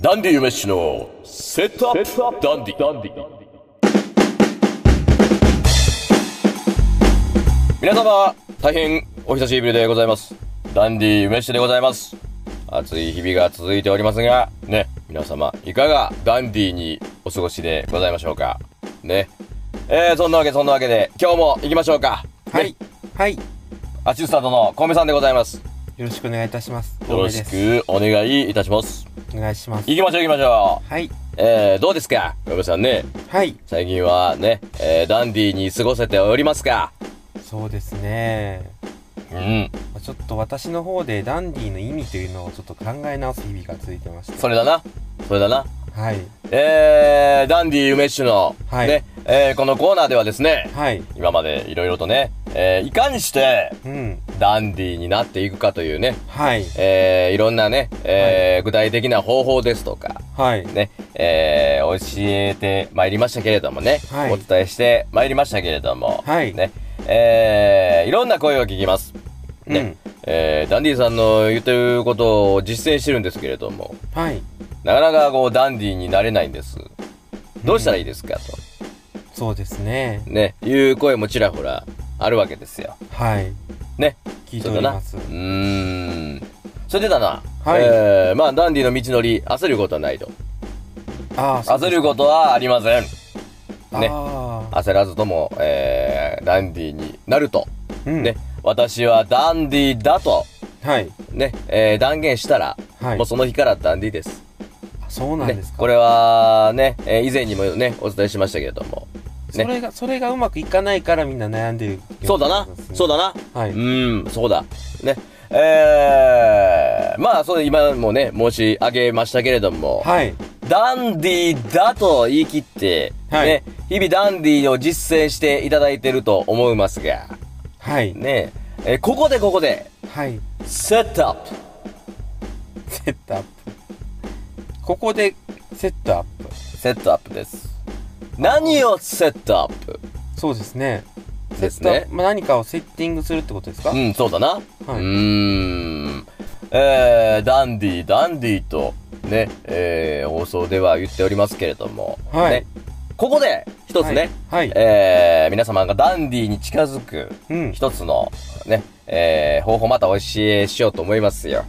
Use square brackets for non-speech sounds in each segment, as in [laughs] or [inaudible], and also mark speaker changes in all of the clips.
Speaker 1: ダンディ夢氏のセットアップダンディ皆様大変お久しぶりでございますダンディ夢氏でございます暑い日々が続いておりますがね皆様いかがダンディにお過ごしでございましょうかねえー、そんなわけそんなわけで今日も行きましょうか
Speaker 2: は
Speaker 1: ね
Speaker 2: い。はい。よ
Speaker 1: アシスタントのコウメさんでございます
Speaker 2: ろしくお願いいたします。
Speaker 1: よろし
Speaker 2: 大目で
Speaker 1: くお願いいたします
Speaker 2: す。お願いします。
Speaker 1: 行きましょう行きましょう
Speaker 2: はい。
Speaker 1: えー、どうですかコウメさんね
Speaker 2: はい。
Speaker 1: 最近はね、えーダンディーに過ごせておりますか
Speaker 2: そうですね。
Speaker 1: うん。
Speaker 2: まあちょっと私の方でダンディの意味というのをちょっと考え直す日々が続いてまし
Speaker 1: それだな。それだな。
Speaker 2: た。はい。
Speaker 1: えー、ダンディー梅酒の、
Speaker 2: はい
Speaker 1: ね、えーこのコーナーではですね、
Speaker 2: はい。
Speaker 1: 今までいろいろとね、えーいかにして、
Speaker 2: うん。
Speaker 1: ダンディーになっていくかというね、
Speaker 2: はい。
Speaker 1: えーいろんなね、えー具体的な方法ですとか、
Speaker 2: はい。
Speaker 1: ね、えー教えてまいりましたけれどもね、
Speaker 2: はい
Speaker 1: お伝えしてまいりましたけれども、
Speaker 2: はい
Speaker 1: ね、えーいろんな声を聞きます。ね、
Speaker 2: うん
Speaker 1: えーダンディさんの言ってることを実践してるんですけれども、
Speaker 2: はい。
Speaker 1: なかなかこうダンディになれないんです。どうしたらいいですかと、
Speaker 2: そうですね。
Speaker 1: ね、いう声もちらほらあるわけですよ。
Speaker 2: はい。
Speaker 1: ね。
Speaker 2: 聞いております
Speaker 1: そうだ。なうーん。それでだな、
Speaker 2: はい
Speaker 1: えーまあダンディの道のり、焦ることはないと。
Speaker 2: ああ、そう
Speaker 1: 焦ることはありません。ね
Speaker 2: ああ。
Speaker 1: 焦らずとも、えーダンディになると、
Speaker 2: うん。
Speaker 1: ね、私はダンディだと、
Speaker 2: はい。
Speaker 1: ね、えー断言したら、
Speaker 2: はい
Speaker 1: もうその日からダンディです。
Speaker 2: あそうなん
Speaker 1: ね
Speaker 2: ですか。
Speaker 1: これはね、えー以前にもね、お伝えしましたけれども。
Speaker 2: そ
Speaker 1: ね。
Speaker 2: れが、それがうまくいかないからみんな悩んでる。
Speaker 1: そうだな。そう
Speaker 2: だ。
Speaker 1: だな。
Speaker 2: はいう
Speaker 1: ーん、そうだ。ね。えー、まあ、そう、今もね、申し上げましたけれども、
Speaker 2: はい。
Speaker 1: ダンディだと言い切って、
Speaker 2: はい
Speaker 1: ね、日々ダンディを実践していただいていると思いますが、
Speaker 2: はい。
Speaker 1: ね、えーここでここで、
Speaker 2: はい。
Speaker 1: セットアップ。
Speaker 2: セットアップ。ここでセットアップ。
Speaker 1: セットアップです。何をセットアップ
Speaker 2: そうですね。
Speaker 1: です
Speaker 2: セッ
Speaker 1: ね
Speaker 2: トアッ。プまあ、何かをセッティングするってことですか、
Speaker 1: うん、そうだな。うー
Speaker 2: はい
Speaker 1: ん。えー、ダンディ、ダンディと、ね、えー、放送では言っておりますけれども、
Speaker 2: はい
Speaker 1: ね、ここで、一つね、
Speaker 2: はいはい
Speaker 1: えー、皆様がダンディに近づく、
Speaker 2: うん
Speaker 1: 一つの、ね、えー、方法またお教えしようと思いますよ。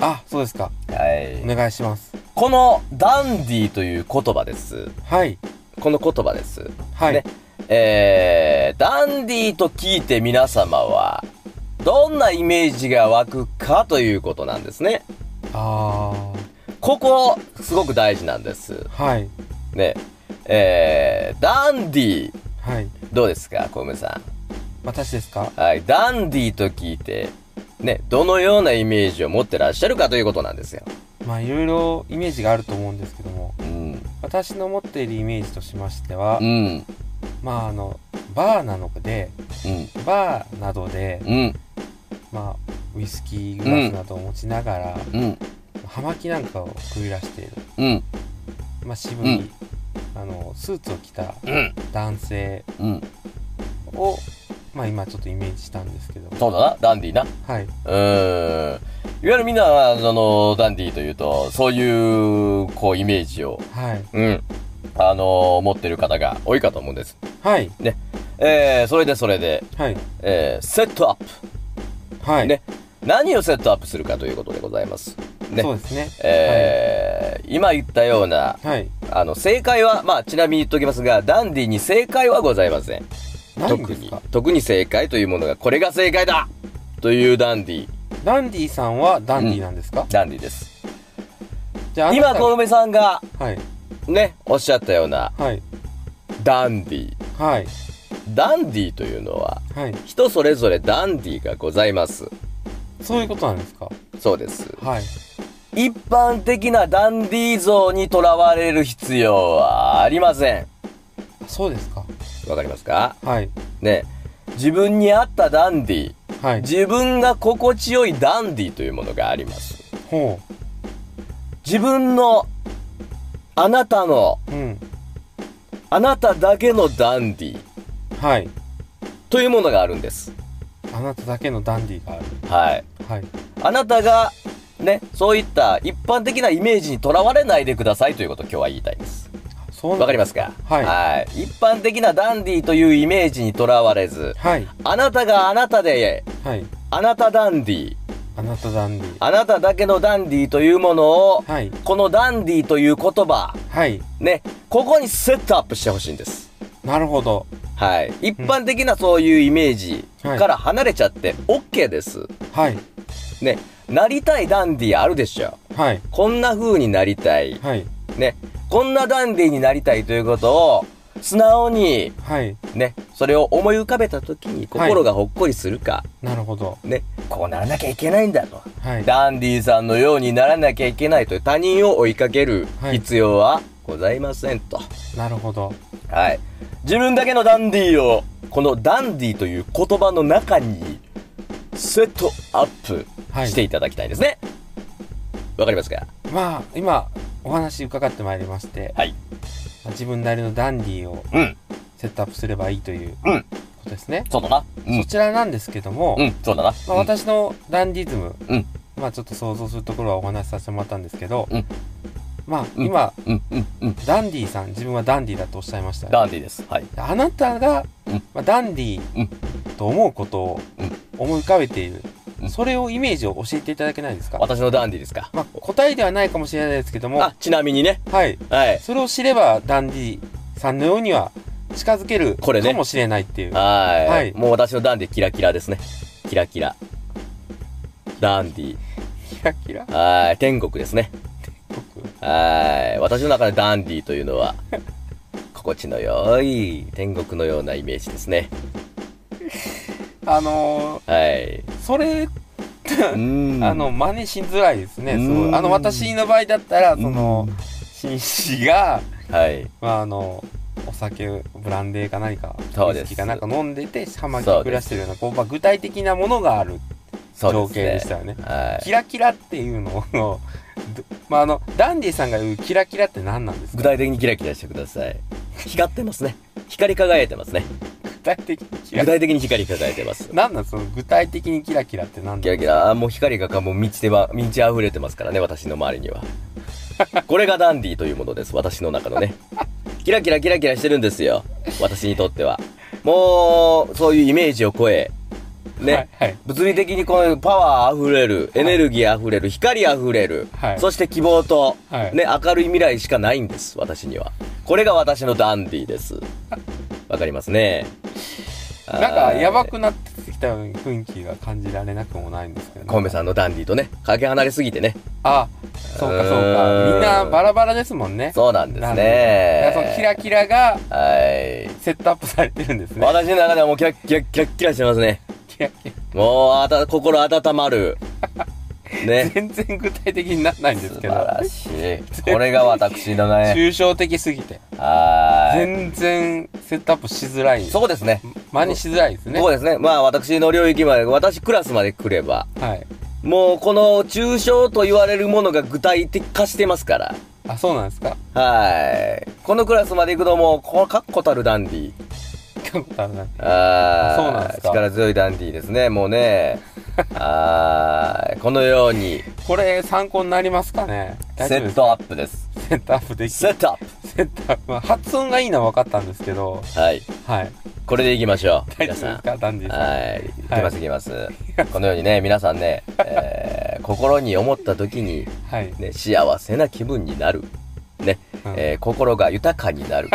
Speaker 2: あ、そうですか。
Speaker 1: はい
Speaker 2: お。願いします。
Speaker 1: この、ダンディという言葉です。
Speaker 2: はい。
Speaker 1: この言葉です。
Speaker 2: はい。
Speaker 1: ね。えー、ダンディと聞いて皆様は、どんなイメージが湧くかということなんですね。
Speaker 2: あ
Speaker 1: ここ、すごく大事なんです。
Speaker 2: ー。はい。
Speaker 1: ね。えー、ダンディ、
Speaker 2: はい。
Speaker 1: どうですか、小梅さ
Speaker 2: 私ですか
Speaker 1: ん。はい、ダンディと聞いて、ね、どのようなイメージを持ってらっしゃるかということなんですよ。
Speaker 2: まあ、いろいろイメージがあると思うんですけども、
Speaker 1: うん。
Speaker 2: 私の持っているイメージとしましては
Speaker 1: う、ん。
Speaker 2: まあ、あの、バーなので、
Speaker 1: うん。
Speaker 2: バーなどで、
Speaker 1: うん。
Speaker 2: まあ、ウイスキーグラスなどを持ちながら、
Speaker 1: うん。
Speaker 2: 葉巻なんかをくぐらしている。
Speaker 1: うん。
Speaker 2: まあ、渋い、
Speaker 1: うん
Speaker 2: あのスーツを着た
Speaker 1: うん。
Speaker 2: 男性
Speaker 1: うん。
Speaker 2: を、まあ、今ちょっとイメージしたんですけども
Speaker 1: そうだな、ダンディな。
Speaker 2: はい、
Speaker 1: うーん。いわゆるみんなは、あの、ダンディというと、そういう、こう、イメージを、
Speaker 2: はい、
Speaker 1: うん。あの、持ってる方が多いかと思うんです。
Speaker 2: はい、
Speaker 1: ね。えー、それでそれで、
Speaker 2: はい、
Speaker 1: えー、セットアップ。
Speaker 2: はい、
Speaker 1: ね。何をセットアップするかということでございます。ね。
Speaker 2: そうですね。
Speaker 1: えー今言ったような、
Speaker 2: はい、はい、
Speaker 1: あの、正解は、まあ、ちなみに言っときますが、ダンディに正解はございません。
Speaker 2: ないん
Speaker 1: 特
Speaker 2: です
Speaker 1: に
Speaker 2: か。、
Speaker 1: 特に正解というものが、これが正解だというダンディ、
Speaker 2: ダンディさんはダンディなんですか、
Speaker 1: ダンディです。
Speaker 2: じゃあ、あな
Speaker 1: 今、
Speaker 2: た
Speaker 1: 小梅さんが、
Speaker 2: はい、
Speaker 1: ね、おっしゃったような、
Speaker 2: はい、
Speaker 1: ダンディ。
Speaker 2: はい、
Speaker 1: ダンディというのは、
Speaker 2: はい、
Speaker 1: 人それぞれダンディがございます。
Speaker 2: そういうことなんですか
Speaker 1: そうです。
Speaker 2: はい。
Speaker 1: 一般的なダンディ像にとらわれる必要はありません。
Speaker 2: あそうですか。
Speaker 1: わかりますか
Speaker 2: はい、
Speaker 1: ね、自分に合ったダンディ、
Speaker 2: はい、
Speaker 1: 自分が心地よいダンディというものがあります。
Speaker 2: ほ
Speaker 1: 自分の、あなたの、
Speaker 2: う、うん、
Speaker 1: あなただけのダンディ
Speaker 2: はい。
Speaker 1: というものがあるんです。
Speaker 2: あなただけのダンディがある。
Speaker 1: はい。
Speaker 2: はい、
Speaker 1: あなたがね、そういった一般的なイメージにとらわれないでくださいということを今日は言いたいです。
Speaker 2: そう
Speaker 1: わかりますすか
Speaker 2: はい
Speaker 1: 一般的なダンディというイメージにとらわれず、
Speaker 2: はい
Speaker 1: あなたがあなたで、
Speaker 2: はい
Speaker 1: あなたダンディ、
Speaker 2: あなたダンディ
Speaker 1: あなただけのダンディというものを、
Speaker 2: はい
Speaker 1: このダンディという言葉、
Speaker 2: はい
Speaker 1: ね、ここにセットアップしてほしいんです。
Speaker 2: なるほど
Speaker 1: はい。一般的なそういうイメージから離れちゃって、OK です。
Speaker 2: はい
Speaker 1: ね、なりたいダンディあるでしょ。
Speaker 2: はい
Speaker 1: こんな風になりたい。
Speaker 2: はい
Speaker 1: ね、こんなダンディになりたいということを、素直に、
Speaker 2: はい
Speaker 1: ね、それを思い浮かべた時に心がほっこりするか、
Speaker 2: なるほど
Speaker 1: ね、こうならなきゃいけないんだと。
Speaker 2: はい
Speaker 1: ダンディさんのようにならなきゃいけないという他人を追いかける
Speaker 2: はい
Speaker 1: 必要はございませんと。
Speaker 2: なるほど
Speaker 1: はい。自分だけのダンディを、このダンディという言葉の中に、セットアップ
Speaker 2: はい
Speaker 1: していただきたいですね。わ、かりますか
Speaker 2: まあ今お話伺ってまいりまして、
Speaker 1: はい
Speaker 2: まあ自分なりのダンディを
Speaker 1: うん。
Speaker 2: セットアップすればいいという
Speaker 1: う
Speaker 2: こ
Speaker 1: ん
Speaker 2: とですね、
Speaker 1: そうだな。う
Speaker 2: そ
Speaker 1: ん。
Speaker 2: ちらなんですけども、
Speaker 1: うん、そうだな。
Speaker 2: まあ、私のダンディズム、
Speaker 1: うん
Speaker 2: まあちょっと想像するところはお話しさせてもらったんですけど、
Speaker 1: うん
Speaker 2: まあ
Speaker 1: うん
Speaker 2: 今、
Speaker 1: うん、うん、うん。
Speaker 2: ダンディさん自分はダンディだとおっしゃいましたよね
Speaker 1: ダンディです。はい。
Speaker 2: あなたが、
Speaker 1: うん
Speaker 2: まあ、ダンディ
Speaker 1: うん
Speaker 2: と思うことを
Speaker 1: うん
Speaker 2: 思い浮かべている、
Speaker 1: うん
Speaker 2: それをイメージを教えていただけないですか、
Speaker 1: 私のダンディですか。
Speaker 2: まあ、答えではないかもしれないですけども
Speaker 1: あ、ちなみにね。
Speaker 2: はい
Speaker 1: はい。
Speaker 2: それを知ればダンディさんのようには近づける
Speaker 1: これね
Speaker 2: かもしれないっていう、
Speaker 1: はい。
Speaker 2: はい
Speaker 1: もう私のダンディキラキラですね。キラキラ。ダンディ。
Speaker 2: キラキラ
Speaker 1: はい。天国ですね。
Speaker 2: 僕
Speaker 1: はい。私の中でダンディというのは、 [laughs] 心地の良い天国のようなイメージですね。
Speaker 2: あの [laughs]
Speaker 1: はい。
Speaker 2: ー、それ、
Speaker 1: うん
Speaker 2: あの、、真似しづらいですね、す
Speaker 1: う
Speaker 2: ご
Speaker 1: ん
Speaker 2: い。あの、私の場合だったら、
Speaker 1: うん
Speaker 2: その、紳士が、
Speaker 1: はい。
Speaker 2: まあ、あの、お酒、ブランデーか何か、
Speaker 1: そう
Speaker 2: ウ
Speaker 1: です
Speaker 2: イスキーかなんか飲んでて、ハマキ
Speaker 1: そうです
Speaker 2: 暮らしてるような、こう、まあ、具体的なものがある
Speaker 1: そ
Speaker 2: 情
Speaker 1: う
Speaker 2: 景で
Speaker 1: で
Speaker 2: し
Speaker 1: す
Speaker 2: た
Speaker 1: ね。
Speaker 2: よね。
Speaker 1: はい。
Speaker 2: キラキラっていうのを、どまあ、あの、ダンディさんが言うキラキラって何なんです
Speaker 1: 具
Speaker 2: か
Speaker 1: 体的にキラキラしてください。光ってますね。光り輝いてますね。
Speaker 2: 具体的にキラ
Speaker 1: 具体的に光り輝いてます。
Speaker 2: 何なんその具体的にキラキラって何なん
Speaker 1: キラキラ、あーもう光がかもう満ちてば、満ち溢れてますからね、私の周りには。これがダンディというものです、私の中のね。キラキラキラキラしてるんですよ、私にとっては。もう、そういうイメージを超え、ね、
Speaker 2: はいはい
Speaker 1: 物理的にこのパワー溢れる、エネルギー溢れる、光溢れる、
Speaker 2: はい
Speaker 1: そして希望と、
Speaker 2: はい
Speaker 1: ね、明るい未来しかないんです、私には。これが私のダンディです。わかりますね。
Speaker 2: なんかやば
Speaker 1: く
Speaker 2: くなってきたように雰囲気が感じられなくもないんですけど、
Speaker 1: コウメさんのダンディとね、かけ離れすぎてね。
Speaker 2: あ、そうかそう
Speaker 1: うー
Speaker 2: か。
Speaker 1: ん
Speaker 2: みんなバラバラですもんね。
Speaker 1: そうなんで
Speaker 2: な
Speaker 1: す
Speaker 2: んで
Speaker 1: ね
Speaker 2: だ。からそのキラキラが
Speaker 1: はい。
Speaker 2: セットアップされてるんですね。
Speaker 1: 私の中ではもうキラッキラッキラッキラしてますね。
Speaker 2: キラキラ。
Speaker 1: もうあた、心温まる。ね。
Speaker 2: 全然具体的にならないんです
Speaker 1: 素
Speaker 2: け
Speaker 1: 晴
Speaker 2: ど。
Speaker 1: らしい。これが私のね。
Speaker 2: 抽象的すぎて。
Speaker 1: は
Speaker 2: 全然セットアップしづらい
Speaker 1: い。。そうですね。
Speaker 2: 真似しづらいですね。
Speaker 1: そう
Speaker 2: は
Speaker 1: ですね。まあ私の領域まで、私クラスまで来れば、
Speaker 2: い。
Speaker 1: もうこの抽象と言われるものが具体的化してますから。
Speaker 2: あ、そうなんですか
Speaker 1: はい。このクラスまで行くともう、こ確固たるダンディ。
Speaker 2: 聞いたことあるな。
Speaker 1: あー
Speaker 2: そうなんですか
Speaker 1: 力強いダンディーですね、もう
Speaker 2: [laughs]
Speaker 1: ね。あーこのように、
Speaker 2: これ参考になりますかね大
Speaker 1: セ
Speaker 2: 丈夫で
Speaker 1: ットアップで
Speaker 2: すか
Speaker 1: す。
Speaker 2: セットアップでき
Speaker 1: セットアッ
Speaker 2: セットアップ。まあ発音がいいのは分かったんですけど、
Speaker 1: プはい。
Speaker 2: はい。
Speaker 1: これでいきましょう。
Speaker 2: 大
Speaker 1: 皆
Speaker 2: 丈夫で
Speaker 1: さん。
Speaker 2: すかダンディさん。
Speaker 1: はい。いきますいきます。このようにね、皆さんね、えー心に思った時に、
Speaker 2: はい。
Speaker 1: ね、幸せな気分になる。ね、
Speaker 2: うん
Speaker 1: えー心が豊かになる。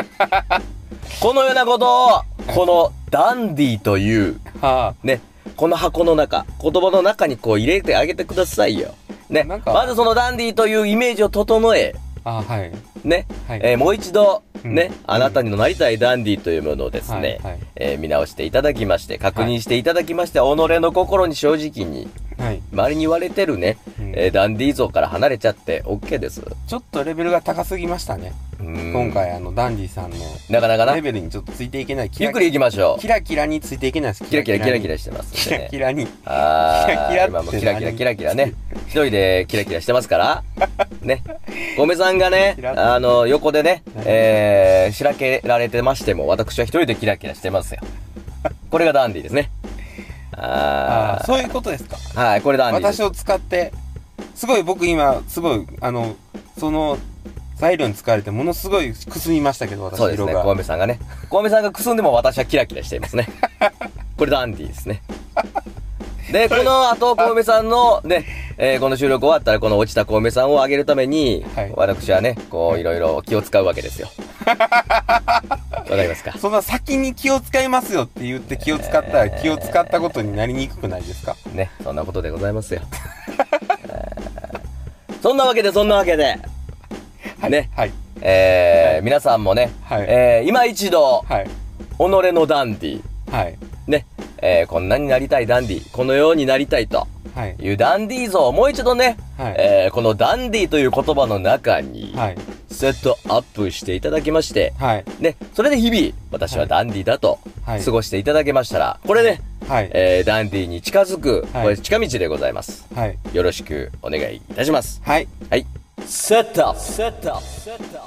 Speaker 1: このようなことを、このダンディーという、
Speaker 2: は
Speaker 1: ね、この箱の中、言葉の中にこう入れてあげてくださいよ。ね、
Speaker 2: なんか
Speaker 1: まずそのダンディというイメージを整え、
Speaker 2: あ、あはい。
Speaker 1: ね、
Speaker 2: はい。
Speaker 1: えーもう一度、
Speaker 2: うん
Speaker 1: ね、あなたにのなりたいダンディというものをですね、
Speaker 2: はいはい
Speaker 1: えー見直していただきまして、確認していただきまして、己の心に正直に、
Speaker 2: はい。
Speaker 1: 周りに言われてるね、
Speaker 2: うん
Speaker 1: えーダンディ像から離れちゃって OK です。
Speaker 2: ちょっとレベルが高すぎましたね。
Speaker 1: 今
Speaker 2: 今。回、あの、ダンディさんの
Speaker 1: なかなかな
Speaker 2: レ、ベルにちょっとついていけない。キ
Speaker 1: ゆっ
Speaker 2: ラ
Speaker 1: くり行きましょう
Speaker 2: キ。ラキラについていけないです。
Speaker 1: キラキラキラキラ
Speaker 2: キ
Speaker 1: してますんで
Speaker 2: ラ
Speaker 1: ね
Speaker 2: キラに。
Speaker 1: あ
Speaker 2: キラキラ
Speaker 1: ー
Speaker 2: って
Speaker 1: 今もキラキラキラキラね。一人でキラキラしてます
Speaker 2: [laughs]
Speaker 1: から。ね。ごめさんがね
Speaker 2: キ、ラキラ
Speaker 1: あの、横でね、
Speaker 2: はい
Speaker 1: えー、しらけられてましても、私は一人でキラキラしてますよ。これがダンディですね。
Speaker 2: あ
Speaker 1: あ
Speaker 2: あ、そういうことですか。
Speaker 1: あ。はい、これダンディで
Speaker 2: 私
Speaker 1: す。
Speaker 2: を使って、すごい僕今、すごい、あの、その材料に使われて、ものすごいくすみましたけど、私、
Speaker 1: そうです
Speaker 2: 色
Speaker 1: ね。
Speaker 2: が。
Speaker 1: 小梅さんがね。小梅さんがくすんでも私はキラキラしています
Speaker 2: [laughs]
Speaker 1: ね。これダンディーですね。で、この後、小梅さんの、ね、えーこの収録終わったら、この落ちた小梅さんをあげるために、
Speaker 2: はい
Speaker 1: 私はね、こう、いろいろ気を使うわけ
Speaker 2: [laughs]
Speaker 1: ですよ。わかりますか
Speaker 2: そんな先に気を使いますよって言って気を使ったら気を使ったことになりにくくないですか
Speaker 1: ね、そんなことでございますよ。えーそんなわけで、そんなわけで、
Speaker 2: はい。
Speaker 1: ね
Speaker 2: はい。
Speaker 1: えー皆さんもね、
Speaker 2: はい
Speaker 1: えー今一度、
Speaker 2: はい。
Speaker 1: 己のダンディー、
Speaker 2: はい。
Speaker 1: ね、えーこんなになりたいダンディー、このようになりたいと
Speaker 2: はい。
Speaker 1: いうダンディー像をもう一度ね、
Speaker 2: はい
Speaker 1: えーこのダンディーという言葉の中に、
Speaker 2: はい。
Speaker 1: セットアップしていただきまして、
Speaker 2: はい。
Speaker 1: ね、それで日々、私はダンディーだと
Speaker 2: はい
Speaker 1: 過ごしていただけましたら、これね、
Speaker 2: はい。
Speaker 1: えーダンディーに近づく、
Speaker 2: はい
Speaker 1: これ近道でございます。
Speaker 2: はい。
Speaker 1: よろしくお願いいたします。
Speaker 2: はい。
Speaker 1: はい。セットセットセット